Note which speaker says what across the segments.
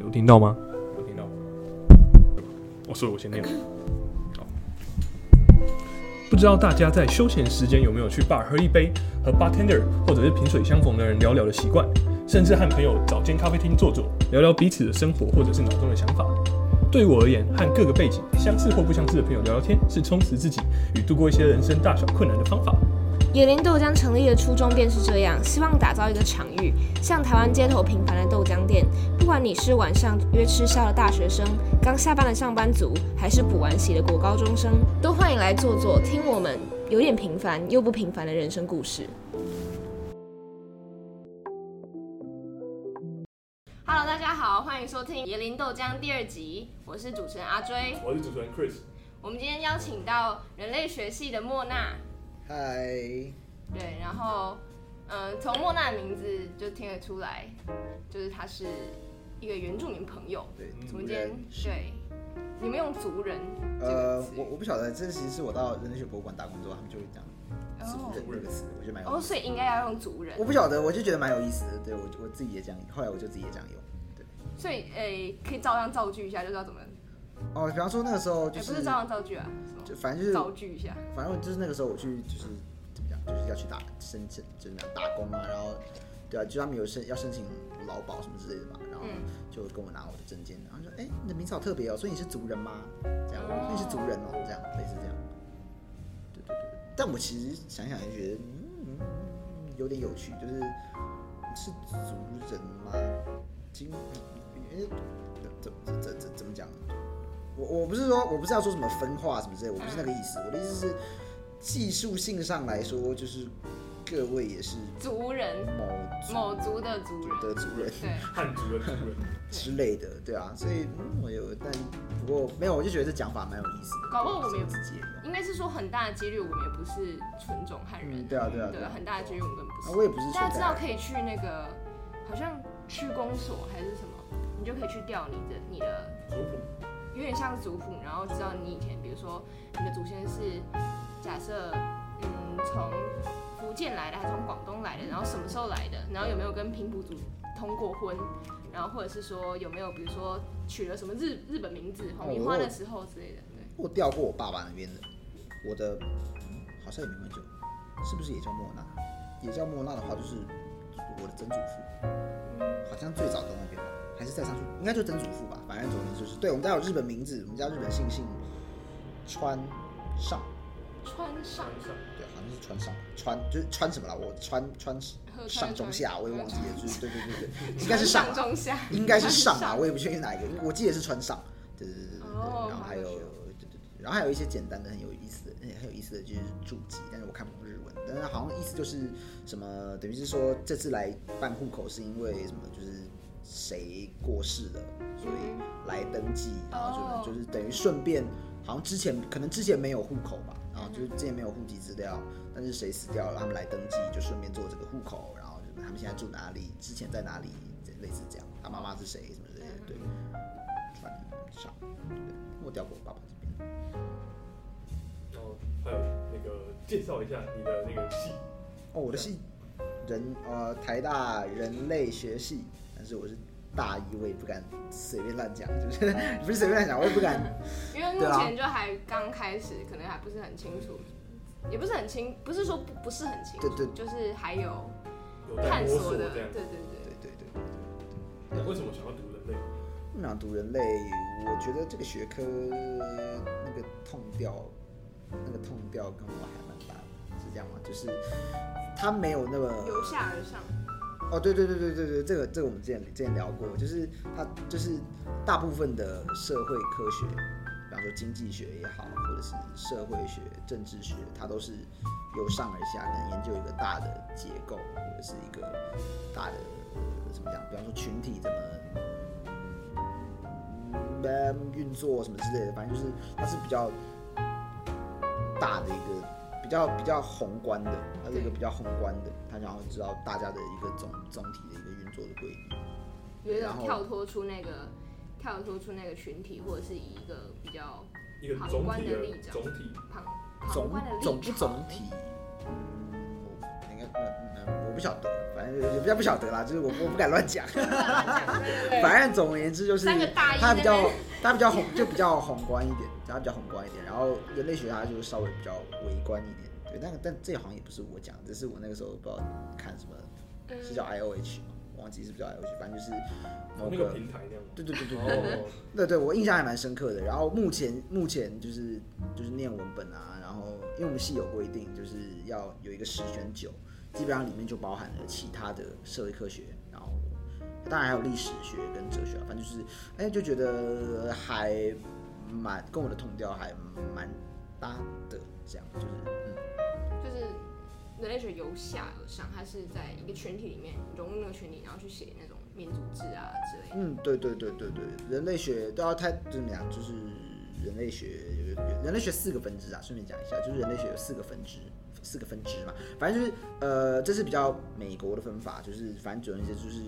Speaker 1: 有听到吗？有听到。我、哦、所以我先念。好，不知道大家在休闲时间有没有去 bar 喝一杯，和 bartender 或者是萍水相逢的人聊聊的习惯，甚至和朋友找间咖啡厅坐坐，聊聊彼此的生活或者是脑中的想法。对我而言，和各个背景相似或不相似的朋友聊聊天，是充实自己与度过一些人生大小困难的方法。
Speaker 2: 野莲豆浆成立的初衷便是这样，希望打造一个场域，像台湾街头平凡的豆浆店。不管你是晚上约吃宵的大学生，刚下班的上班族，还是补完习的国高中生，都欢迎来坐坐，听我们有点平凡又不平凡的人生故事。Hello，大家好，欢迎收听《椰林豆浆》第二集，我是主持人阿追。
Speaker 1: 我是主持人 Chris。
Speaker 2: 我们今天邀请到人类学系的莫娜，
Speaker 3: 嗨，
Speaker 2: 对，然后，嗯、呃，从莫娜的名字就听得出来，就是她是一个原住民朋友。
Speaker 3: 对，
Speaker 2: 我们今天
Speaker 3: 族人
Speaker 2: 对，你们用族人这个
Speaker 3: 呃
Speaker 2: 词，
Speaker 3: 我我不晓得，这其实是我到人类学博物馆打工之后，他们就会讲“
Speaker 2: 哦
Speaker 3: 族人”这个词，我觉得蛮有
Speaker 2: 哦，
Speaker 3: 意思。
Speaker 2: 所以应该要用族人
Speaker 3: 我，不晓得，我就觉得蛮有意思的。对我我自己也这样，后来我就自己也这样用。
Speaker 2: 所以诶、可以照样造句一下，就知道怎么，
Speaker 3: 哦，比方说那个时候
Speaker 2: 也、
Speaker 3: 就
Speaker 2: 不是
Speaker 3: 是，
Speaker 2: 照样造句啊，什么
Speaker 3: 就反正就是
Speaker 2: 造句一下，
Speaker 3: 反正就是那个时候我去就是怎么讲，就是要去打申请，就是那样打工嘛，然后对啊，就他们有申要申请劳保什么之类的嘛，然后
Speaker 2: 嗯
Speaker 3: 就跟我拿我的证件，然后说，哎、你的名字好特别哦，所以你是族人吗？这样，那你是族人哦，这样类似这样。对对对，但我其实想想也觉得，嗯，有点有趣，就是嗯是族人吗？今，哎，怎怎怎怎怎么讲？我我不是说我不是要说什么分化什么之类，我不是那个意思，我的意思是技术性上来说，就是各位也是
Speaker 2: 族人，
Speaker 3: 某
Speaker 2: 某族的族人，
Speaker 3: 族的族人。
Speaker 2: 对，
Speaker 1: 汉族的族人，
Speaker 3: 之类的，对啊，所以嗯，我有，但不过没有，我就觉得这讲法蛮有意思的，
Speaker 2: 搞不好我们也
Speaker 3: 自己也有，
Speaker 2: 应该是说很大的几率我们也不是纯种汉人，
Speaker 3: 嗯，对啊，对啊，
Speaker 2: 对
Speaker 3: 对啊，
Speaker 2: 很大的几率我们根本不
Speaker 3: 啊，
Speaker 2: 是。
Speaker 3: 我也不是
Speaker 2: 大
Speaker 3: 说
Speaker 2: 家知道
Speaker 3: 在，
Speaker 2: 可以去那个好像区公所还是什么，你就可以去调你的你的，
Speaker 1: 族谱
Speaker 2: 有点像族谱，然后知道你以前，比如说你的祖先是假设嗯从福建来的还是从广东来的，然后什么时候来的，然后有没有跟平埔族通过婚。然后或者是说有没有，比如说取了什么日日本名字，
Speaker 3: 哦
Speaker 2: 红米花的时候之类的，对，
Speaker 3: 我调过我爸爸那边的，我的、嗯好像也没很久，是不是也叫莫娜？也叫莫娜的话，就是我的曾祖父，好像最早到那边吧，还是再上去，应该就曾祖父吧，反正总之就是，对我们家有日本名字，我们家日本姓姓川上，
Speaker 2: 川上
Speaker 3: 对，好像是川上，川就是川什么了，我川川。
Speaker 2: 和
Speaker 3: 上中下，我也忘记了，就是对对对 对，应
Speaker 2: 应
Speaker 3: 该是上
Speaker 2: 上
Speaker 3: 吧，
Speaker 2: 中下，
Speaker 3: 应该是上
Speaker 2: 川
Speaker 3: 吧，我也不确定哪一个，我记得是川上，对对对对对
Speaker 2: 哦
Speaker 3: 对，然后还有
Speaker 2: 好有
Speaker 3: 对
Speaker 2: 趣
Speaker 3: 对对，然后还有一些简单的很有意思的，哎很有意思的就是注记，但是我看不懂日文，但是好像意思就是什么，等于是说这次来办户口是因为什么，就是谁过世了，所
Speaker 2: 嗯
Speaker 3: 以来登记，然后
Speaker 2: 哦
Speaker 3: 就就是等于顺便，好像之前可能之前没有户口吧，然后就是之前没有户籍资料，但是谁死掉了，他们来登记，就顺便做这个户口，然后就是他们现在住哪里，之前在哪里，这类似这样，他妈妈是谁什么之类的，对，传上，对，我调过我爸爸这边，
Speaker 1: 然后还有那个介绍一下你的那个系，
Speaker 3: 哦，我的系人呃台大人类学系，但是我是大一，我也不敢随便乱讲，就是 不是随便乱讲，我也不敢
Speaker 2: 因为目
Speaker 3: 对啊
Speaker 2: 前就还刚开始，可能还不是很清楚，也不是很清，不是说不不是很清楚，
Speaker 3: 对对
Speaker 2: 就是还有
Speaker 1: 有在
Speaker 2: 探
Speaker 1: 摸
Speaker 2: 索
Speaker 1: 索
Speaker 2: 的，
Speaker 1: 这样
Speaker 2: 对。对
Speaker 3: 对
Speaker 2: 对。
Speaker 3: 对对。
Speaker 1: 那为什么想要读人类？
Speaker 3: 我想读人类，我觉得这个学科那个痛调，那个痛调跟我还蛮搭的，是这样吗？就是它没有那么
Speaker 2: 由下而上，
Speaker 3: 哦，对对对对对对，这个这个我们之前之前聊过，就是它就是大部分的社会科学，比方说经济学也好，或者是社会学、政治学，它都是由上而下，可能研究一个大的结构，或者是一个大的呃怎么讲，比方说群体怎么。嗯运作什么之类的，反正就是它是比较大的一个比较比较宏观的，它是一个比较宏观的，它想要知道大家的一个总总体的一个运作的规律。
Speaker 2: 有一
Speaker 3: 然
Speaker 2: 种
Speaker 3: 后
Speaker 2: 跳脱出那个跳脱出那个群体，或者是以一个比较
Speaker 1: 一个
Speaker 2: 旁
Speaker 1: 总
Speaker 2: 观
Speaker 1: 体
Speaker 2: 的立
Speaker 1: 的
Speaker 2: 场
Speaker 1: 总体
Speaker 2: 旁旁
Speaker 3: 总
Speaker 2: 观的立
Speaker 3: 总不
Speaker 2: 场
Speaker 3: 总体，嗯，我应该那那我不晓得，反正也不叫不晓得啦，就是我我不敢乱讲。
Speaker 2: 对
Speaker 3: 反正总而言之就是
Speaker 2: 三个大一
Speaker 3: 它比
Speaker 2: 在那
Speaker 3: 较
Speaker 2: 边
Speaker 3: 它比较宏就比较宏观一点，它比较宏观一点，然后人类学它就稍微比较微观一点。对，但但这好像也不是我讲，这是我那个时候不知道看什
Speaker 2: 嗯
Speaker 3: 么，是叫 I O H 吗？忘记是不是叫 I O H，反正就是某
Speaker 1: 哦那个
Speaker 3: 个
Speaker 1: 平台那样吗？
Speaker 3: 对对对对对
Speaker 1: 哦，
Speaker 3: 对对，我印象还蛮深刻的。然后目前目前就是就是念文本啊，然后因为我们系有规定，就是要有一个十选九，基本上里面就包含了其他的社会科学，然后当然还有历史学跟哲学啊，反正就是哎就觉得还蛮跟我的同调还蛮搭的，这样就是嗯。
Speaker 2: 就是人类学由下而上，它是在一个群体里面融入那个群体，然后去写那种民族志啊之类的。
Speaker 3: 嗯，对对对对对，人类学都要太怎么讲，就是人类学有有人类学四个分支啊，顺便讲一下，就是人类学有四个分支，四个分支嘛，反正就是呃，这是比较美国的分法，就是反正总而言之就是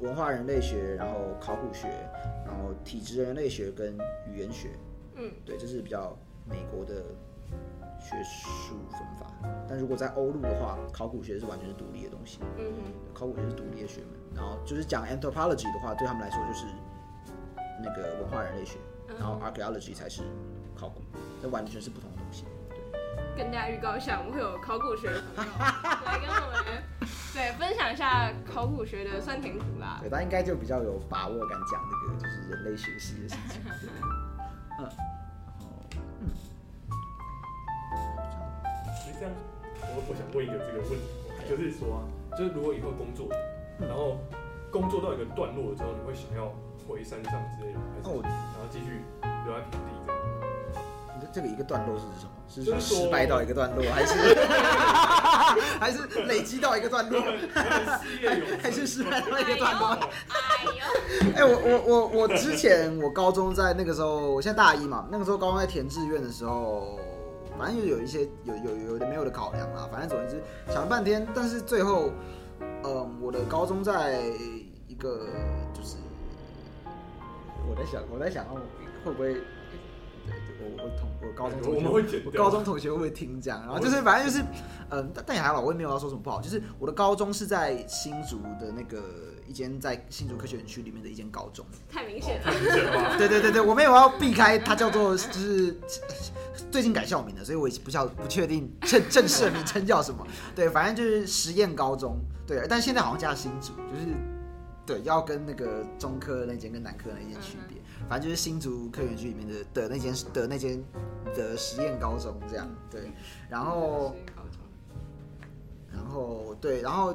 Speaker 3: 文化人类学，然后考古学，然后体质人类学跟语言学，
Speaker 2: 嗯，
Speaker 3: 对，这是比较美国的学术分法。但如果在欧陆的话，考古学是完全是独立的东西，
Speaker 2: 嗯
Speaker 3: 考古也是独立的学门。然后就是讲 anthropology 的话，对他们来说就是那个文化人类学，
Speaker 1: 嗯
Speaker 3: 然后 archaeology 才是考古，这完全是不同的东西。
Speaker 2: 哼，跟大家预告一下，我们会有考古学的朋友来跟我们对分享一下考古学的酸甜苦辣。
Speaker 3: 对，他应该就比较有把握敢讲那个就是人类学系的事 情。嗯，然后嗯，
Speaker 1: 所以这样，我我想问一个这个问题，就是说、啊，就是如果以后工作，然后工作到一个段落之后，你会想要回山上之类的，还是
Speaker 3: 哦那我
Speaker 1: 然后继续留在平地这样？
Speaker 3: 你的这个一个段落是什么？是
Speaker 1: 就是说
Speaker 3: 失败到一个段落，还是 还是累积到一个 段落，
Speaker 1: 事业有成
Speaker 3: 还是失败到
Speaker 2: 哎
Speaker 3: 一个
Speaker 2: 呦，
Speaker 3: 段落？
Speaker 2: 哎呦，
Speaker 3: 哎、我我我我之前我高中在那个时候，我现在大一嘛，那个时候高中在填志愿的时候，反正就有一些有有有的没有的考量啦，反正总而言之想了半天，但是最后，嗯，我的高中在一个就是我在想我在想哦，会不会对我我同我高中同学
Speaker 1: 我们会剪掉
Speaker 3: 我高中同学会不会听这样？然后就是反正就是嗯，但但也还好，我也没有要说什么不好。就是我的高中是在新竹的那个一间在新竹科学园区里面的一间高中。
Speaker 2: 太明显了
Speaker 1: 太。明显了吧？
Speaker 3: 对对对对，我没有要避开它叫做就是最近改校名的，所以我已经不晓不确定正正式的名称叫什么。对，反正就是实验高中。对，但现在好像叫新竹，就是对要跟那个中科那间跟南科那间区别。反正就是新竹科园区里面的的那间的那间的实验高中这样。对，然后。
Speaker 2: 考中
Speaker 3: 然后对，然后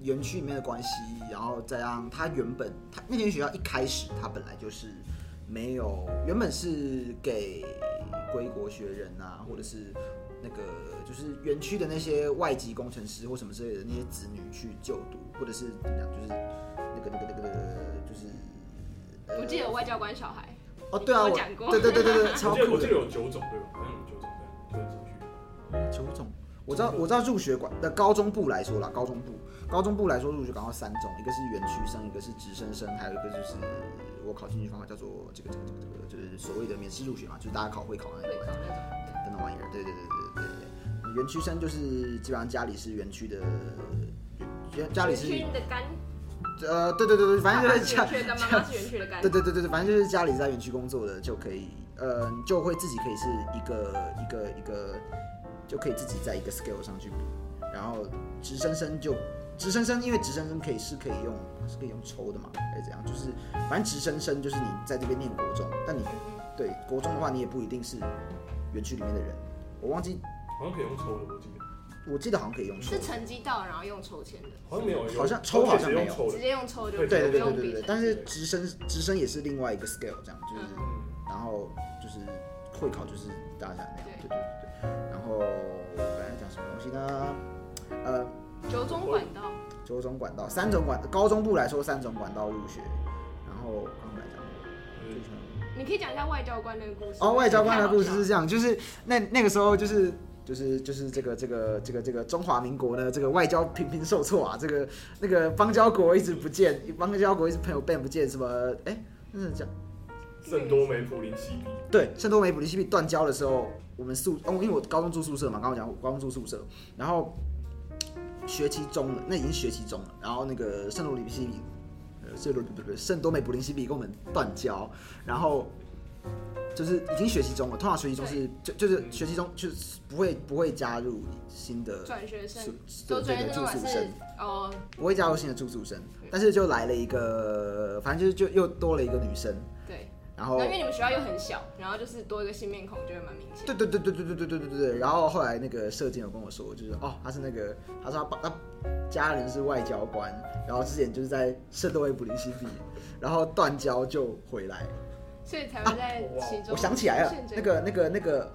Speaker 3: 园区里面的关系，然后再让他原本他那间学校一开始它本来就是没有，原本是给归国学人啊，或者是那个就是园区的那些外籍工程师或什么之类的那些子女去就读，或者是怎么样，就是那个那个那个那个就是。呃
Speaker 2: 我记得有外交官小孩，
Speaker 3: 哦，对啊，
Speaker 2: 你
Speaker 3: 我
Speaker 2: 跟我讲过
Speaker 3: 对对对对对，
Speaker 1: 我
Speaker 3: 超
Speaker 1: 记得
Speaker 3: 酷
Speaker 1: 我记
Speaker 3: 的
Speaker 1: 得有九种对吧？好像有九种这样，就是进去。
Speaker 3: 球种，我知道我知道入学管的高中部来说啦，高中部高中部来说入学管要三种，一个是园区生，一个是直升生，还有一个就是我考进去方法叫做这个这个这个这个，就是所谓的免试入学嘛，就是大家考会考那
Speaker 2: 会
Speaker 3: 个
Speaker 2: 考那种。
Speaker 3: 等等玩意儿。对对对对对对对，园区生就是基本上家里是园区的。园家里是
Speaker 2: 园区的干，
Speaker 3: 呃，对对对对，反正就是
Speaker 2: 爸
Speaker 3: 家
Speaker 2: 爸是园区的妈妈是园区的干。
Speaker 3: 对对对对对，反正就是家里在园区工作的就可以，呃，你就会自己可以是一个一个一个，就可以自己在一个 scale 上去比。然后直升生就直升生，因为直升生可以是可以用是可以用抽的嘛，还是怎样？就是反正直升生就是你在这边念国中，但你对国中的话，你也不一定是园区里面的人。我忘记，
Speaker 1: 好像可以用抽的，我记得
Speaker 3: 我记得好像可以用抽
Speaker 2: 是，成绩到，然后用抽签的，
Speaker 1: 好像没有，有
Speaker 3: 好像抽好像没有
Speaker 1: 用抽的
Speaker 2: 直。接用抽就
Speaker 1: 对
Speaker 2: 不
Speaker 3: 对对对对
Speaker 2: 用
Speaker 3: 对
Speaker 2: 比
Speaker 3: 对
Speaker 2: 成。
Speaker 3: 但
Speaker 2: 绩
Speaker 3: 是直升直升也是另外一个 scale，这样就是。
Speaker 1: 嗯
Speaker 3: 然后就是会考就是大家那样，对对对对。然后本来讲什么东西呢？呃，
Speaker 2: 九种管道，
Speaker 3: 九种管道，三种管，高中部来说三种管道入学。然后刚刚来讲
Speaker 1: 嗯
Speaker 3: 最喜欢
Speaker 2: 你可以讲一下外交官那个故事。
Speaker 3: 哦，外交官的故事是
Speaker 2: 是
Speaker 3: 这样，就是那那个时候就是。就是就是这个这个这个这个中华民国呢，这个外交频频受挫啊，这个那个邦交国一直不见，邦交国一直朋友变不见，什么哎，那是讲
Speaker 1: 圣多美普林西比，
Speaker 3: 对，圣多美普林西比断交的时候，我们宿，哦，因为我高中住宿舍嘛，刚刚讲我高中住宿舍，然后学期中了，那已经学期中了。然后那个圣罗里西比，呃，圣罗不不圣多美布林西比跟我们断交，然后就是已经学期中了。通常学期中是就就是学期中就是不会不会加入新的
Speaker 2: 转学生
Speaker 3: 宿
Speaker 2: 都
Speaker 3: 对
Speaker 2: 转
Speaker 3: 对
Speaker 2: 学
Speaker 3: 对
Speaker 2: 生
Speaker 3: 住
Speaker 2: 嘛
Speaker 3: 宿
Speaker 2: 是
Speaker 3: 生，
Speaker 2: 哦，
Speaker 3: 不会加入新的住宿生，但是就来了一个，反正就是就又多了一个女生，
Speaker 2: 对，然
Speaker 3: 然后
Speaker 2: 后因为你们学校又很小，然后就是多一个新面孔就会蛮明显。
Speaker 3: 对对对对对对对对对对对。然后后来那个射箭有跟我说，就是哦，他是那个，他说他爸他家人是外交官，然后之前就是在圣多威普林西比，然后断交就回来。
Speaker 2: 所以才会在其中、
Speaker 3: 哦我想起来了，那个那个那个，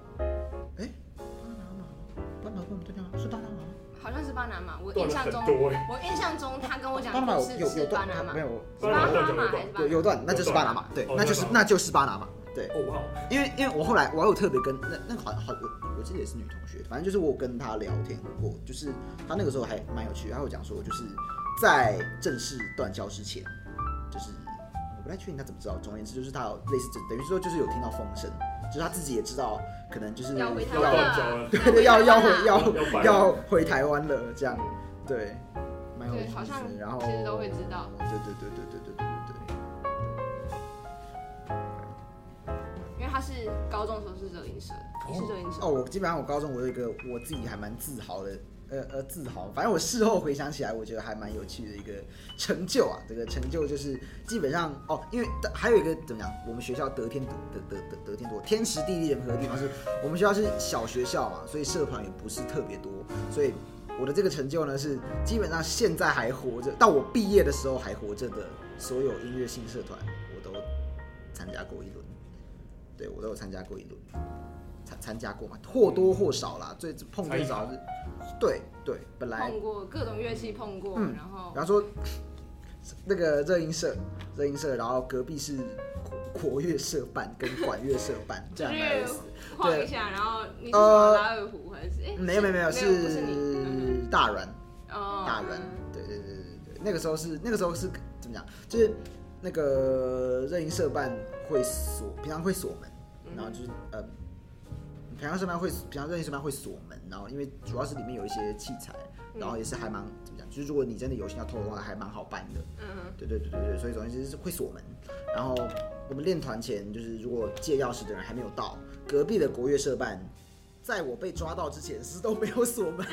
Speaker 3: 哎，巴拿马，巴拿马跟我们断交吗？是巴拿马吗？
Speaker 2: 好像是巴拿马，我印
Speaker 1: 断了
Speaker 2: 象
Speaker 1: 很
Speaker 2: 中，
Speaker 1: 多哎、
Speaker 2: 我印象中他跟我讲
Speaker 3: 巴拿马
Speaker 2: 的
Speaker 3: 有
Speaker 2: 是
Speaker 3: 有有
Speaker 2: 是巴
Speaker 3: 断
Speaker 2: 拿马，
Speaker 3: 没
Speaker 2: 是
Speaker 3: 有
Speaker 1: 巴
Speaker 2: 巴
Speaker 1: 拿马断
Speaker 2: 拿
Speaker 1: 掉
Speaker 2: 马还
Speaker 1: 有断
Speaker 2: 是巴
Speaker 3: 有有断，那就是巴拿马，对，那就是那就是巴拿马，对。
Speaker 1: 哦哇，
Speaker 3: 因为因为我后来我有特别跟那那个好好我我记得也是女同学，反正就是我有跟她聊天过，就是她那个时候还蛮有趣的，她有讲说就是在正式断交之前，就是我不太确定她怎么知道，总而言之就是她有类似等等于说就是有听到风声，就是她自己也知道可能就是
Speaker 2: 要回台
Speaker 1: 要
Speaker 2: 湾
Speaker 1: 断交
Speaker 2: 了
Speaker 1: 了，
Speaker 3: 对对要要回
Speaker 2: 要
Speaker 1: 要回台
Speaker 3: 要
Speaker 1: 湾
Speaker 3: 要回台湾了这样，对，蛮有
Speaker 2: 对，
Speaker 3: 趣
Speaker 2: 好像
Speaker 3: 的，然后
Speaker 2: 其实都会知道。
Speaker 3: 对对对对对对对对对，
Speaker 2: 因为他是高中的时候是热音社的，你是热音社
Speaker 3: 哦，我基本上我高中我有一个我自己还蛮自豪的，呃呃自豪，反正我事后回想起来，我觉得还蛮有趣的一个成就啊。这个成就就是基本上哦，因为但还有一个怎么讲，我们学校得天独得得得得天独厚，天时地利人和的地方是我们学校是小学校嘛，所以社团也不是特别多，所以我的这个成就呢是基本上现在还活着，到我毕业的时候还活着的所有音乐性社团，我都参加过一轮。对，我都有参加过一轮，参参加过嘛，或多或少啦，最碰最少是，对对，本来
Speaker 2: 碰过各种乐器碰过，
Speaker 3: 嗯
Speaker 2: 然后
Speaker 3: 然后说那个热音社，热音社，然后隔壁是国国乐社办跟管乐社办，这
Speaker 2: 就
Speaker 3: 样蛮有意
Speaker 2: 是
Speaker 3: 思
Speaker 2: 晃一下，然后你是什么
Speaker 3: 呃
Speaker 2: 拉二胡还是？哎，
Speaker 3: 没有没有没有，
Speaker 2: 是不是你嗯
Speaker 3: 是大软
Speaker 2: 哦
Speaker 3: 大软，对对对对对，那个时候是那个时候是怎么讲？就是那个热音社办会锁，平常会锁门，然后就是呃，平常社办会平常热音社办会锁门，然后因为主要是里面有一些器材，然后也是还蛮怎么讲？就是如果你真的有心要偷的话，还蛮好办的。
Speaker 2: 嗯，
Speaker 3: 对对对对对，所以总之是会锁门。然后我们练团前，就是如果借钥匙的人还没有到，隔壁的国乐社办，在我被抓到之前是都没有锁门。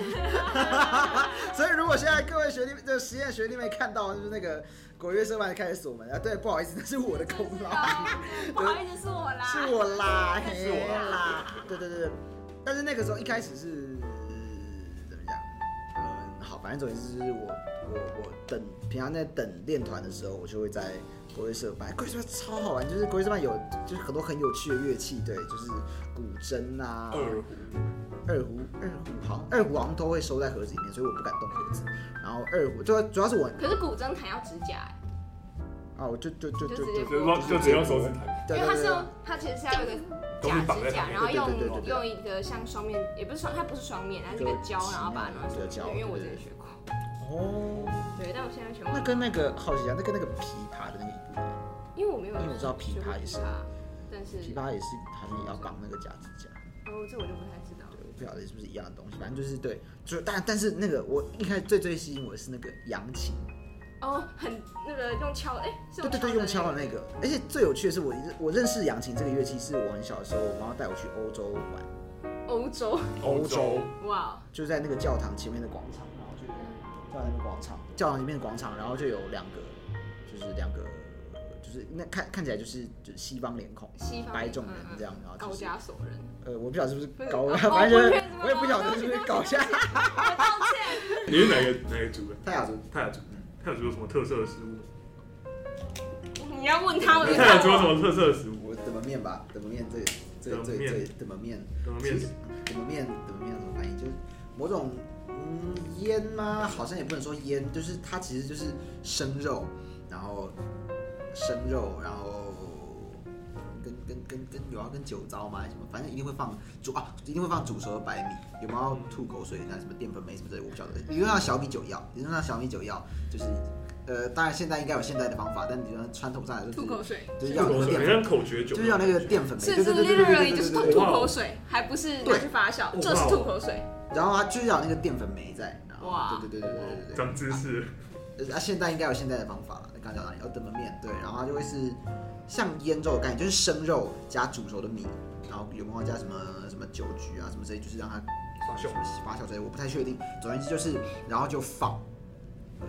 Speaker 3: 所以如果现在各位学弟，就实验学弟们看到，就是那个国乐社办开始锁门啊，对，不好意思，那是我的功 劳。
Speaker 2: 啊不好意思，是我啦，
Speaker 3: 是我 啦，嘿
Speaker 1: 是我
Speaker 3: 啦，对对对对，但是那个时候一开始是怎么讲？嗯，好，反正总而言之就是我我我等平常在等练团的时候，我就会在国乐社办，国乐社办超好玩，就是国乐社办有就是很多很有趣的乐器，对，就是古筝啊，
Speaker 1: 二
Speaker 3: 二胡二胡好像二胡好像都会收在盒子里面，所以我不敢动盒子。然后二胡主要主要是我
Speaker 2: 可是古筝弹要指甲，哎
Speaker 3: 啊，我就就就
Speaker 2: 就
Speaker 3: 就
Speaker 2: 直接
Speaker 3: 就
Speaker 1: 就是说就只用手指弹，
Speaker 2: 因
Speaker 3: 对
Speaker 2: 为它是
Speaker 3: 对对
Speaker 2: 用，它其实是要有一个假指甲，然后用用一个像双面，也不是双，它不是双面，它是一个胶，然后把它拿出来。对，因为我之前学过，
Speaker 3: 哦，
Speaker 2: 对，但我现在全部
Speaker 3: 那跟那个好奇啊，那跟那个琵琶的那个一样。
Speaker 2: 因为我没有，
Speaker 3: 因为我知道琵琶也是，
Speaker 2: 但是
Speaker 3: 琵琶也是好像也要绑那个假指甲，
Speaker 2: 哦，这我就不太知道。
Speaker 3: 对，我不晓得是不是一样的东西，反正就是对，就但但是那个我一开始最最吸引我的是那个扬琴，
Speaker 2: 哦，很那个用敲，哎，是
Speaker 3: 对对对，用敲的那个，而且最有趣的是我我认识扬琴这个乐器是我很小的时候，我妈妈带我去欧洲玩，
Speaker 2: 欧洲，
Speaker 1: 欧洲
Speaker 2: 哇，
Speaker 3: 就在那个教堂前面的广场，然后就教堂那个广场，教堂前面的广场，然后就有两个，就是两个。就是那看看起来就是就是西方脸孔，
Speaker 2: 西方嗯
Speaker 3: 白种人这样，然后
Speaker 2: 高
Speaker 3: 就是
Speaker 2: 加索人，
Speaker 3: 呃，我不晓得是不是
Speaker 2: 不是
Speaker 3: 高
Speaker 2: 哦，
Speaker 3: 反正就是
Speaker 2: 哦
Speaker 3: 我也不晓得是不是搞下。
Speaker 2: 我道歉，
Speaker 1: 你是哪个哪个族的？
Speaker 3: 泰雅族，
Speaker 1: 泰雅族，泰雅族有什么特色的食物？
Speaker 2: 你要问
Speaker 3: 哦
Speaker 2: 他，我就
Speaker 1: 泰雅族有什么特色的食物？
Speaker 3: 我怎么面吧？怎么面最最
Speaker 1: 怎么
Speaker 3: 最
Speaker 1: 面
Speaker 3: 最怎么面？
Speaker 1: 怎么面
Speaker 3: 其实怎么面？怎么面？怎么翻译？就是某种嗯腌吗？好像也不能说腌，就是它其实就是生肉，然后生肉，然后跟跟跟跟有要跟酒糟吗？还是什么？反正一定会放煮啊，一定会放煮熟的白米，有没有要吐口水？那什么淀粉酶什么之类的，我不晓得。理论上小米酒药，理论上小米酒药就是。呃，当然现在应该有现在的方法，但理论上传统上来说、就
Speaker 2: 吐
Speaker 3: 是，
Speaker 2: 口水，
Speaker 3: 就是要有那
Speaker 1: 口
Speaker 3: 个
Speaker 1: 水，
Speaker 3: 淀
Speaker 1: 很
Speaker 3: 粉
Speaker 1: 像口诀酒，
Speaker 3: 就是要那个淀粉酶，
Speaker 2: 甚
Speaker 3: 对
Speaker 2: 至
Speaker 3: 对对对对
Speaker 2: literally
Speaker 3: 对
Speaker 2: 就是
Speaker 3: 对
Speaker 2: 吐
Speaker 3: 对
Speaker 2: 吐口水，还不是拿去发酵，这是吐口水，
Speaker 3: 然后它就是要有那个淀粉酶在，然
Speaker 2: 哇
Speaker 3: 后对对对对对对对对，
Speaker 1: 哦长知识，
Speaker 3: 呃啊，现在应该有现在的方法了，刚刚讲到要怎么啊面对，然后它就会是像腌肉的概念，就是生肉加煮熟的米，然后有没有加什么什么酒局啊什么之类，就是让它
Speaker 1: 发
Speaker 3: 什
Speaker 1: 酵
Speaker 3: 么发酵之类，我不太确定。总而言之就是，然后就放，呃，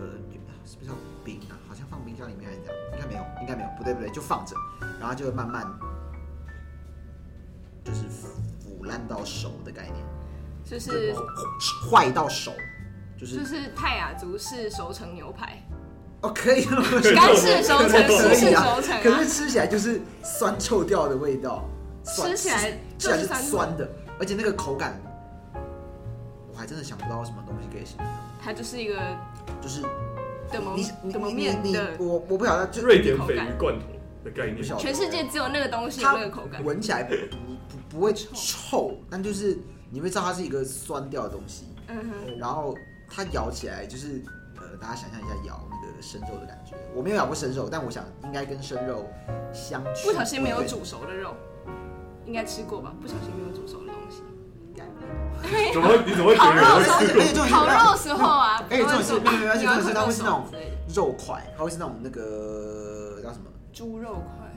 Speaker 3: 是不是叫冰啊？好像放冰箱里面还是这样，应该没有，应该没有，不对不对，就放着，然后就会慢慢就是腐烂到熟的概念，
Speaker 2: 就是
Speaker 3: 坏到熟，就是、
Speaker 2: 就是泰雅族式熟成牛排，
Speaker 3: 哦可以了。
Speaker 2: 干式熟成、湿式熟成
Speaker 3: 可
Speaker 2: 啊
Speaker 3: 是，吃起来就是酸臭掉的味道，酸
Speaker 2: 吃起来
Speaker 3: 吃
Speaker 2: 就
Speaker 3: 起来
Speaker 2: 是
Speaker 3: 是
Speaker 2: 酸
Speaker 3: 酸的，而且那个口感，我还真的想不到什么东西可以形容，
Speaker 2: 它就是一个
Speaker 3: 就是
Speaker 2: 怎么
Speaker 3: 你你
Speaker 2: 怎么
Speaker 3: 你
Speaker 2: 面
Speaker 3: 你你
Speaker 2: 的，
Speaker 3: 我我不晓得，就
Speaker 1: 瑞典鲱鱼罐头的概念
Speaker 3: 不，晓得
Speaker 2: 全世界只有那个东西有
Speaker 3: 它
Speaker 2: 那个口感，
Speaker 3: 闻起来不不不会臭，但就是你会知道它是一个酸掉的东西，
Speaker 2: 嗯哼，
Speaker 3: 然后它咬起来就是呃，大家想象一下咬那个生肉的感觉，我没有咬过生肉，但我想应该跟生肉相去，
Speaker 2: 不小心没有，煮熟的肉，应该吃过吧？不小心没有煮熟的东西，
Speaker 3: 应该没有。
Speaker 1: 怎么会你怎么会觉得
Speaker 2: 烤肉
Speaker 1: 有人
Speaker 2: 烧
Speaker 1: 会
Speaker 3: 而且而且重点是
Speaker 2: 烤肉时候啊，
Speaker 3: 哎重点是没有没有而且重点是它会是那种
Speaker 2: 之类的
Speaker 3: 肉块，它会是那种那个叫什么
Speaker 2: 猪肉块，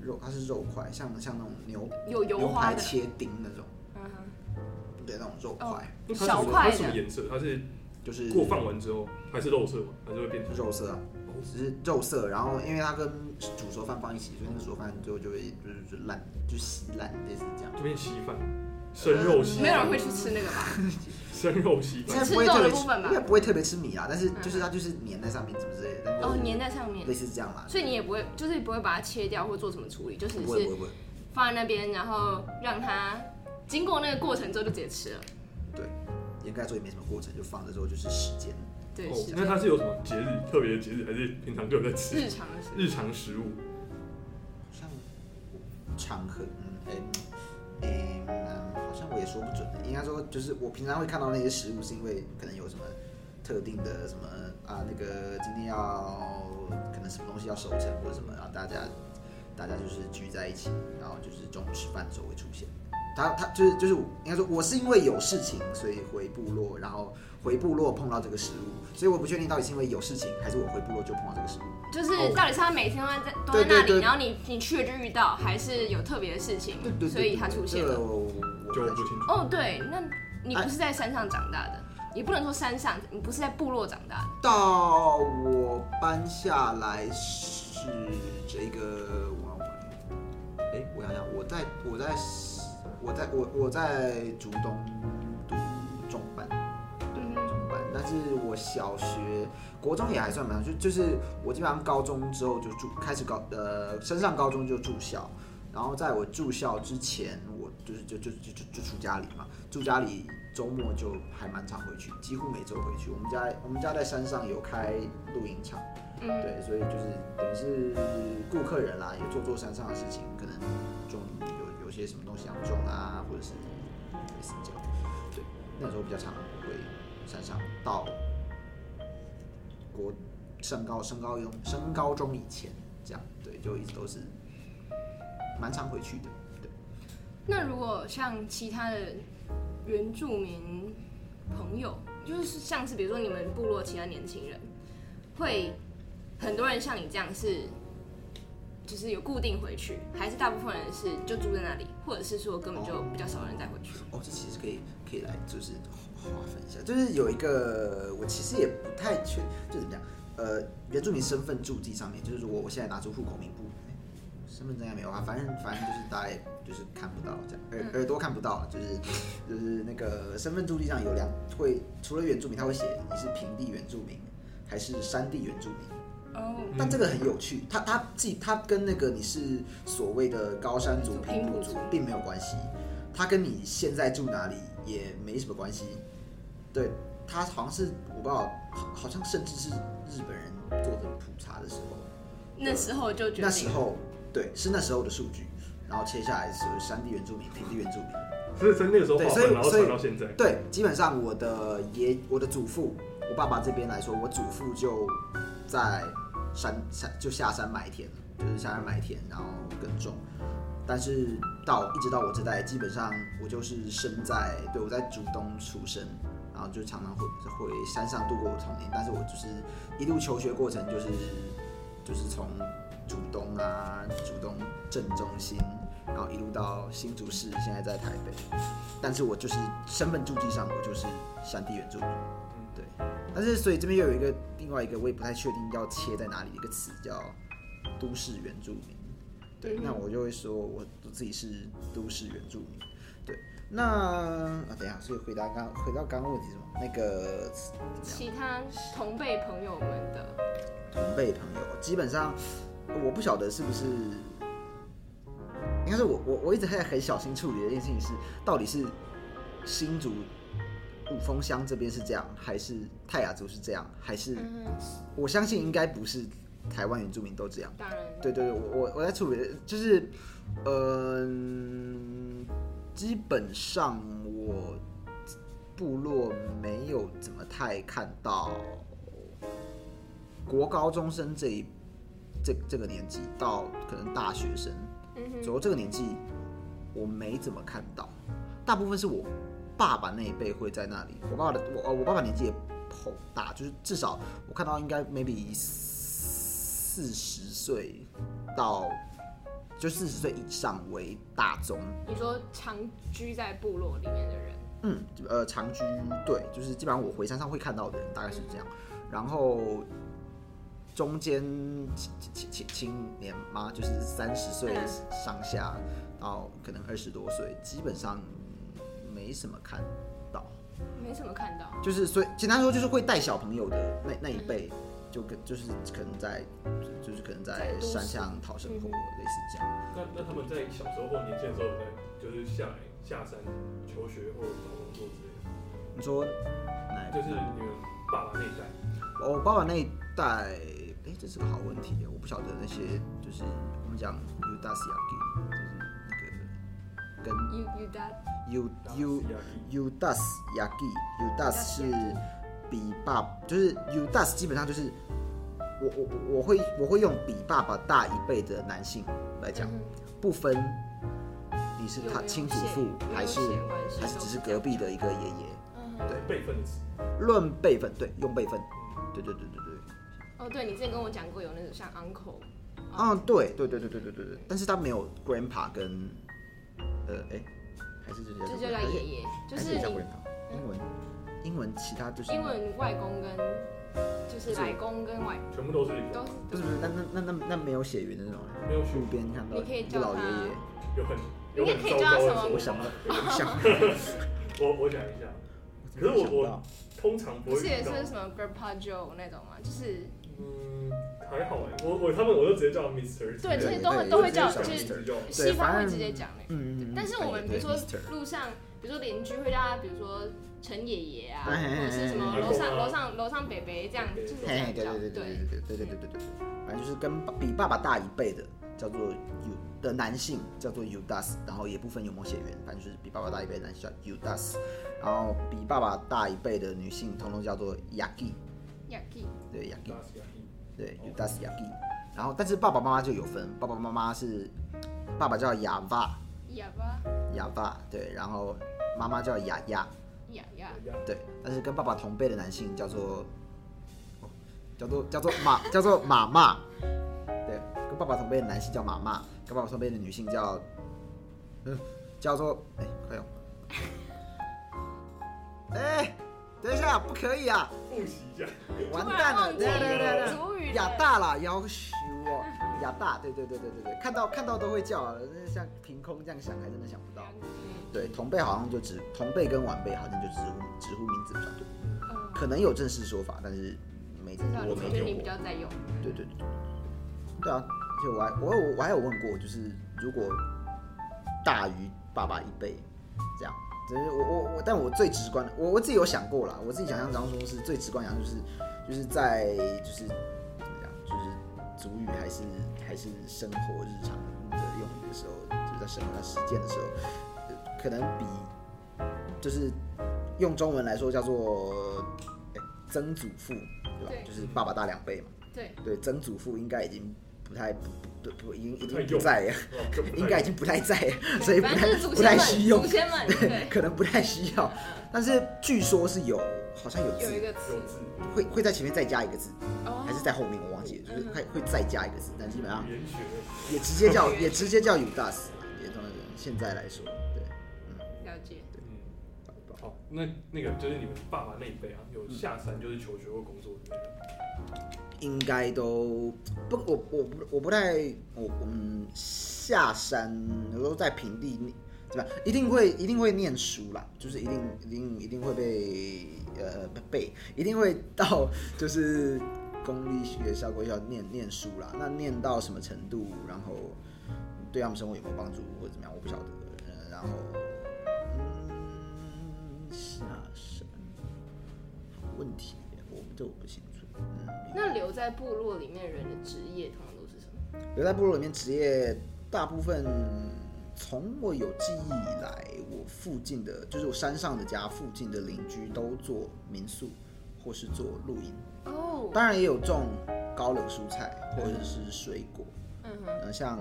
Speaker 3: 肉，它是肉块，像像那种牛
Speaker 2: 有油
Speaker 3: 牛
Speaker 2: 花
Speaker 3: 排
Speaker 2: 的，
Speaker 3: 切丁那种，
Speaker 2: 嗯哼。
Speaker 3: 对，那种肉块，
Speaker 2: 哦
Speaker 1: 它是什
Speaker 2: 小
Speaker 1: 么
Speaker 2: 块
Speaker 1: 它是什么
Speaker 2: 的
Speaker 1: 颜色？它是
Speaker 3: 就是
Speaker 1: 过放完之后还是肉色吗？还是会变成
Speaker 3: 肉色啊，只是肉色，然后因为它跟煮熟饭放一起，所以那个煮熟饭最后就会就是就烂，就稀烂，类似这样。
Speaker 1: 就变稀饭，生肉稀
Speaker 2: 没有人
Speaker 1: 饭，
Speaker 2: 会去吃那个吧？
Speaker 1: 生肉稀
Speaker 3: 应该
Speaker 1: 饭，
Speaker 3: 不会特别
Speaker 2: 吃肉的部分吧
Speaker 3: 应该不会特别吃米啊啦，但是
Speaker 2: 嗯
Speaker 3: 就是它就是粘在上面什么之类的，但就是
Speaker 2: 哦，粘在上面
Speaker 3: 类，似这样啦。
Speaker 2: 所以你也不会，就是不会把它切掉或做什么处理，就只
Speaker 3: 不会不
Speaker 2: 是
Speaker 3: 会不会，
Speaker 2: 放在那边，然后让它经过那个过程之后就直接吃了。
Speaker 3: 严格来说也没什么过程，就放着之后就是时间。
Speaker 2: 对，
Speaker 1: 哦
Speaker 2: 是，
Speaker 1: 那它是有什么节日特别的节日，还是平常就有在吃
Speaker 2: 日常的事。
Speaker 1: 日常食物？
Speaker 3: 像场合，嗯，哎、嗯嗯，好像我也说不准。应该说，就是我平常会看到那些食物，是因为可能有什么特定的什么啊，那个今天要可能什么东西要熟成或者什么，然后大家大家就是聚在一起，然后就是中午吃饭的时候会出现。他他就是就是我应该说，我是因为有事情，所以回部落，然后回部落碰到这个食物，所以我不确定到底是因为有事情，还是我回部落就碰到这个食物。
Speaker 2: 就是
Speaker 3: 哦
Speaker 2: 到底是他每天都在都
Speaker 3: 对
Speaker 2: 在那
Speaker 3: 对对
Speaker 2: 里，然后你你去了就遇到，还是有特别的事情
Speaker 3: 对对，对
Speaker 2: 所以它出现
Speaker 3: 这个
Speaker 2: 了？
Speaker 3: 我
Speaker 1: 就
Speaker 3: 我
Speaker 1: 不
Speaker 3: 太
Speaker 1: 清楚。
Speaker 2: 哦，对，那你不是在山上长大的，也不能说山上，你不是在部落长大的。
Speaker 3: 到我搬下来是这个，我哎、我想想，我在我在我在我我在竹东读中班，哎
Speaker 2: 嗯
Speaker 3: 中班，但是我小学、国中也还算蛮，就就是我基本上高中之后就住，开始高呃升上高中就住校，然后在我住校之前，我就是就就就就就住家里嘛，住家里周末就还蛮常回去，几乎每周回去。我们家我们家在山上有开露营场，
Speaker 2: 嗯，
Speaker 3: 对，所以就是等于是顾客人啦，也做做山上的事情，可能种有有些什么东西想种啊，或者是类似这样。对，那时候比较常回山上，到国升高升高中升高中以前这样，对，就一直都是蛮常回去的。对，
Speaker 2: 那如果像其他的原住民朋友，就是像是比如说你们部落其他年轻人，会很多人像你这样是，就是有固定回去，还是大部分人是就住在那里，或者是说根本就比较少人再回去？
Speaker 3: 哦，这其实可以可以来就是划分一下，就是有一个我其实也不太确，就怎么讲，呃，原住民身份注记上面，就是如果我现在拿出户口名簿，哎身份证应该没有啊，反正反正就是大概就是看不到这样，耳耳朵看不到，啊就是就是那个身份注记上有两会，除了原住民，他会写你是平地原住民还是山地原住民。
Speaker 2: 哦，
Speaker 3: 但这个很有趣，它它既它跟那个你是所谓的高山族、平
Speaker 2: 平
Speaker 3: 埔
Speaker 2: 埔
Speaker 3: 族
Speaker 2: 族
Speaker 3: 并没有关系，它跟你现在住哪里也没什么关系。对，它好像是我不知道，好好像甚至是日本人做的普查的时候，
Speaker 2: 那时候就决定
Speaker 3: 那时候对是那时候的数据，然后切下来是山地原住民、平地原住民。
Speaker 1: 所以在那个时候
Speaker 3: 对
Speaker 1: 划
Speaker 3: 所以
Speaker 1: 分，然后
Speaker 3: 所以
Speaker 1: 传到现在，
Speaker 3: 对，基本上我的爷、我的祖父、我爸爸这边来说，我祖父就在山山就下山买田，就是下山买田，然后耕种，但是到一直到我这代，基本上我就是生在对我在竹东出生，然后就常常会回山上度过我童年。但是我就是一路求学过程，就是就是从竹东啊，竹东正中心，然后一路到新竹市，现在在台北。但是我就是身份住地上，我就是山地原住民，对。但是所以这边又有一个另外一个我也不太确定要切在哪里的一个词叫都市原住民。对，那我就会说我自己是都市原住民。对，那啊，等一下，所以回答刚回到刚刚问题是什么？那个
Speaker 2: 其他同辈朋友们的，
Speaker 3: 同辈朋友，基本上我不晓得是不是，应该是我我我一直还很小心处理的一件事情是，到底是新竹五峰乡这边是这样，还是泰雅族是这样，还是
Speaker 2: 嗯，
Speaker 3: 我相信应该不是台湾原住民都这样。
Speaker 2: 当然，
Speaker 3: 对对对，我我我在处理的就是，嗯、基本上我部落没有怎么太看到国高中生这一这这个年纪到可能大学生
Speaker 2: 嗯哼，
Speaker 3: 左右这个年纪，我没怎么看到，大部分是我爸爸那一辈会在那里。我爸爸的我呃我爸爸年纪也很大，就是至少我看到应该 maybe 四十岁到就四十岁以上为大宗，
Speaker 2: 你说长居在部落里面的人，
Speaker 3: 嗯，呃，长居对，就是基本上我回山上会看到的人大概是这样，然后中间青青青青年嘛，就是三十岁
Speaker 2: 嗯
Speaker 3: 上下到可能二十多岁，基本上没什么看到，
Speaker 2: 没什么看到，
Speaker 3: 就是所以简单说就是会带小朋友的那那一辈，就跟就是可能在就是可能
Speaker 2: 在
Speaker 3: 在
Speaker 2: 都市
Speaker 3: 山上讨生活，
Speaker 2: 嗯
Speaker 3: 类似这样。
Speaker 1: 那那他们在小时候或年轻的时候，在就是下来下山求学或找工作之类的，
Speaker 3: 你说哪一
Speaker 1: 就是你们爸爸那一代，
Speaker 3: 我爸爸那一代，哎、这是个好问题耶，我不晓得那些就是我们讲 U d a s i a g i 就是那个跟
Speaker 2: 有有的，
Speaker 3: U
Speaker 1: 然后
Speaker 3: U
Speaker 1: 是亚裔
Speaker 3: U d a s y a g i U d a s 是比爸，就是 U d a s 基本上就是我我我我会我会用比爸爸大一辈的男性来讲，
Speaker 2: 嗯
Speaker 3: 不分你是
Speaker 2: 有没
Speaker 3: 他
Speaker 2: 有
Speaker 3: 亲祖
Speaker 2: 血
Speaker 3: 父
Speaker 2: 有没有
Speaker 3: 还是
Speaker 2: 血关系
Speaker 3: 还是
Speaker 2: 都
Speaker 3: 只
Speaker 2: 是
Speaker 3: 是
Speaker 2: 这
Speaker 3: 隔
Speaker 2: 样
Speaker 3: 壁的一个爷爷，
Speaker 2: 嗯哼，
Speaker 1: 辈分制，
Speaker 3: 论辈分，对，用辈分，对对对对对。
Speaker 2: 哦，对你之前跟我讲过有那种像 uncle，
Speaker 3: 嗯，对对对对对对对对，但是他没有 grandpa 跟呃，哎，还是就叫
Speaker 2: 这就叫爷，爷，就
Speaker 3: 还
Speaker 2: 是
Speaker 3: 是叫
Speaker 2: 你
Speaker 3: grandpa。英文，英文其他就是
Speaker 2: 英文外公跟就是
Speaker 3: 是
Speaker 2: 来公跟外
Speaker 1: 全部都是
Speaker 2: 都是
Speaker 3: 不是不是，那那那那那没有血缘的那种人，
Speaker 1: 没有去
Speaker 3: 路边看到
Speaker 2: 你可以
Speaker 3: 一个
Speaker 2: 叫
Speaker 3: 老
Speaker 2: 他
Speaker 3: 爷爷，
Speaker 1: 有很有
Speaker 2: 应该
Speaker 1: 很
Speaker 2: 可以
Speaker 1: 糟
Speaker 2: 叫他
Speaker 1: 糕
Speaker 2: 什
Speaker 1: 的
Speaker 2: 么
Speaker 1: 时
Speaker 3: 我
Speaker 1: 候
Speaker 3: 想
Speaker 1: 吗
Speaker 3: 到，我想到，
Speaker 1: 我我想一下，可是我我通常
Speaker 2: 不
Speaker 1: 不会
Speaker 2: 是也
Speaker 1: 遇到，
Speaker 2: 是什么 grandpa Joe 那种吗？就是
Speaker 1: 嗯，还好哎，我我他们我就直接叫 Mister，
Speaker 2: 对
Speaker 3: 对
Speaker 2: 这些都
Speaker 3: 对
Speaker 2: 会都会叫，
Speaker 3: 对
Speaker 2: 就
Speaker 3: 对
Speaker 2: 是
Speaker 1: 直接叫
Speaker 2: 西方
Speaker 3: 反
Speaker 2: 会
Speaker 3: 正
Speaker 2: 直接讲那个。
Speaker 3: 嗯，嗯嗯
Speaker 2: 但是我们比
Speaker 3: 对
Speaker 2: 如说
Speaker 3: 对，Mr.
Speaker 2: 路上，比如说邻居会叫他，比如说陈爷爷啊，
Speaker 3: 哎哎哎
Speaker 2: 或者是什么
Speaker 1: 哎哎
Speaker 2: 楼上
Speaker 1: 哎
Speaker 2: 楼上楼上北北这样，就是这
Speaker 3: 嘿，
Speaker 2: 样
Speaker 3: 哎对
Speaker 2: 叫。
Speaker 3: 对对对
Speaker 2: 对，
Speaker 3: 对对对对对对对，反正就是跟爸比爸爸大一辈的叫做 U 的男性叫做 U das，然后也不分有没有血缘，反正就是比爸爸大一辈的男性叫 U das，然后比爸爸大一辈的女性通通叫做 Yaki，
Speaker 2: 亚基
Speaker 3: 对 Yaki，
Speaker 1: 大
Speaker 2: 啊
Speaker 1: 西亚裔
Speaker 3: 对
Speaker 2: 哦
Speaker 3: U das Yaki，然后但是爸爸妈妈就有分，爸爸妈妈是爸爸叫雅巴
Speaker 2: 哑巴
Speaker 3: 雅巴，对，然后妈妈叫雅雅，
Speaker 2: 雅雅
Speaker 1: 亚
Speaker 3: 对，但是跟爸爸同辈的男性叫做，哦叫做叫做马叫做马妈，对，跟爸爸同辈的男性叫马妈，跟爸爸同辈的女性叫，嗯，叫做哎，快用，哎，等一下，不可以啊，
Speaker 1: 复习一下，
Speaker 3: 完蛋了，
Speaker 2: 突
Speaker 3: 对啊
Speaker 2: 然忘记
Speaker 3: 对对对
Speaker 2: 主语
Speaker 3: 对，
Speaker 2: 了
Speaker 3: 亚大啦，要修哦，亚大，对对对对对对，看到看到都会叫啊，那像凭空这样想还真的想不
Speaker 2: 嗯
Speaker 3: 到，对，同辈好像就只同辈跟晚辈好像就直呼直呼名字比较多。
Speaker 2: 嗯，
Speaker 3: 可能有正式说法，但是没
Speaker 2: 知道你
Speaker 3: 我
Speaker 2: 觉
Speaker 3: 没听
Speaker 2: 得你比
Speaker 3: 过。
Speaker 2: 较在用，
Speaker 3: 对对对对对，对啊！就我还我有我还有问过，就是如果大于爸爸一倍，这样，只是我我我，但我最直观的，我我自己有想过啦，我自己想象当中是最直观，想象就是就是在就是怎么讲，就是主语还是还是生活日常的用语的时候，就是在生活在实践的时候，呃可能比就是用中文来说叫做。哎曾祖父，对吧？
Speaker 2: 对
Speaker 3: 就是爸爸大两倍嘛。
Speaker 2: 对，
Speaker 3: 对，曾祖父应该已经不不太不不不已经已
Speaker 1: 不太
Speaker 3: 经
Speaker 1: 用
Speaker 3: 不在了，应该已经不太在了，所以不
Speaker 2: 反
Speaker 3: 太
Speaker 2: 正就是祖
Speaker 3: 不
Speaker 2: 先
Speaker 3: 太
Speaker 2: 们，
Speaker 3: 需用
Speaker 2: 祖，先们，对，
Speaker 3: 可能不太需要。但是据说是有，好像有
Speaker 2: 有一
Speaker 3: 字，
Speaker 2: 个词
Speaker 1: 有，字
Speaker 3: 会会在前面再加一个字，
Speaker 2: 哦
Speaker 3: 还是在后面我忘记了，就是会会再加一个字，但基本上
Speaker 1: 语言学的
Speaker 3: 也直接叫也直接叫 Udas，也这么现在来说，对，
Speaker 2: 了解，
Speaker 1: 嗯，
Speaker 3: 嗯，
Speaker 1: 好，那那个就是你们爸爸那一辈啊，有下山就是求学或工作的那个，
Speaker 3: 应该都不，我我不我不太我我们下山我都在平地念，对吧？一定会一定会念书啦，就是一定一定一定会被呃背，一定会到就是公立学校国校念念书啦。那念到什么程度，然后对他们生活有没有帮助或者怎么样，我不晓得。呃然后嗯，下山好问题，我这我不清楚。嗯，
Speaker 2: 那留在部落里面人的职业通常都是什么？
Speaker 3: 留在部落里面职业，大部分从我有记忆以来，我附近的就是我山上的家附近的邻居都做民宿，或是做露营，
Speaker 2: 哦，
Speaker 3: 当然也有种高冷蔬菜或者是水果。
Speaker 2: 嗯哼，
Speaker 3: 呃，像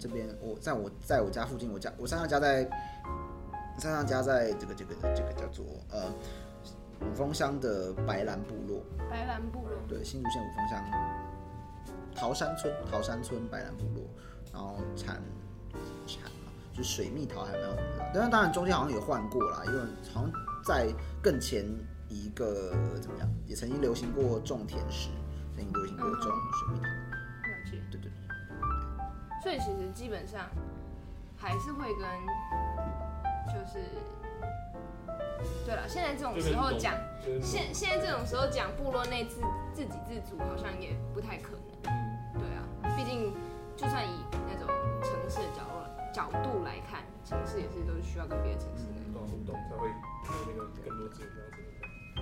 Speaker 3: 这边我在我在我家附近，我家我山上家在山上家在这个这个这个叫做呃五峰乡的白兰部落，
Speaker 2: 白兰部落，
Speaker 3: 对，新竹县五峰乡桃山村，桃山村白兰部落，然后产产嘛，就是水蜜桃还蛮有名的啦，但是当然中间好像有换过啦，因为好像在更前一个怎么讲，也曾经流行过种甜食，曾经流行过种水蜜桃，
Speaker 2: 了解。
Speaker 3: 对对对，
Speaker 2: 所以其实基本上还是会跟，就是，对了，现在这种时候讲，
Speaker 1: 就是农
Speaker 2: 现现在这种时候讲部落内自自给自足，好像也不太可能。
Speaker 1: 嗯
Speaker 2: 对啊，毕竟就算以那种城市的角落角度来看，城市也是都是需要跟别的城市的。
Speaker 1: 嗯懂懂才会有那个更多资源这样子。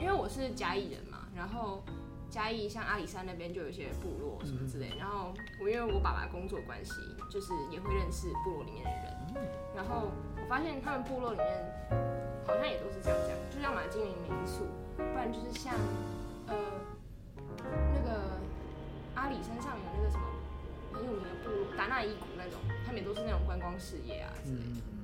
Speaker 2: 因为我是嘉义人嘛，然后嘉义像阿里山那边就有一些部落什么之类，然后我因为我爸爸工作关系，就是也会认识部落里面的人，然后我发现他们部落里面好像也都是这样讲，就要么经营民宿，不然就是像呃那个阿里山上有那个什么很有名的部落达纳伊谷那种，他们也都是那种观光事业啊之类的。
Speaker 3: 嗯。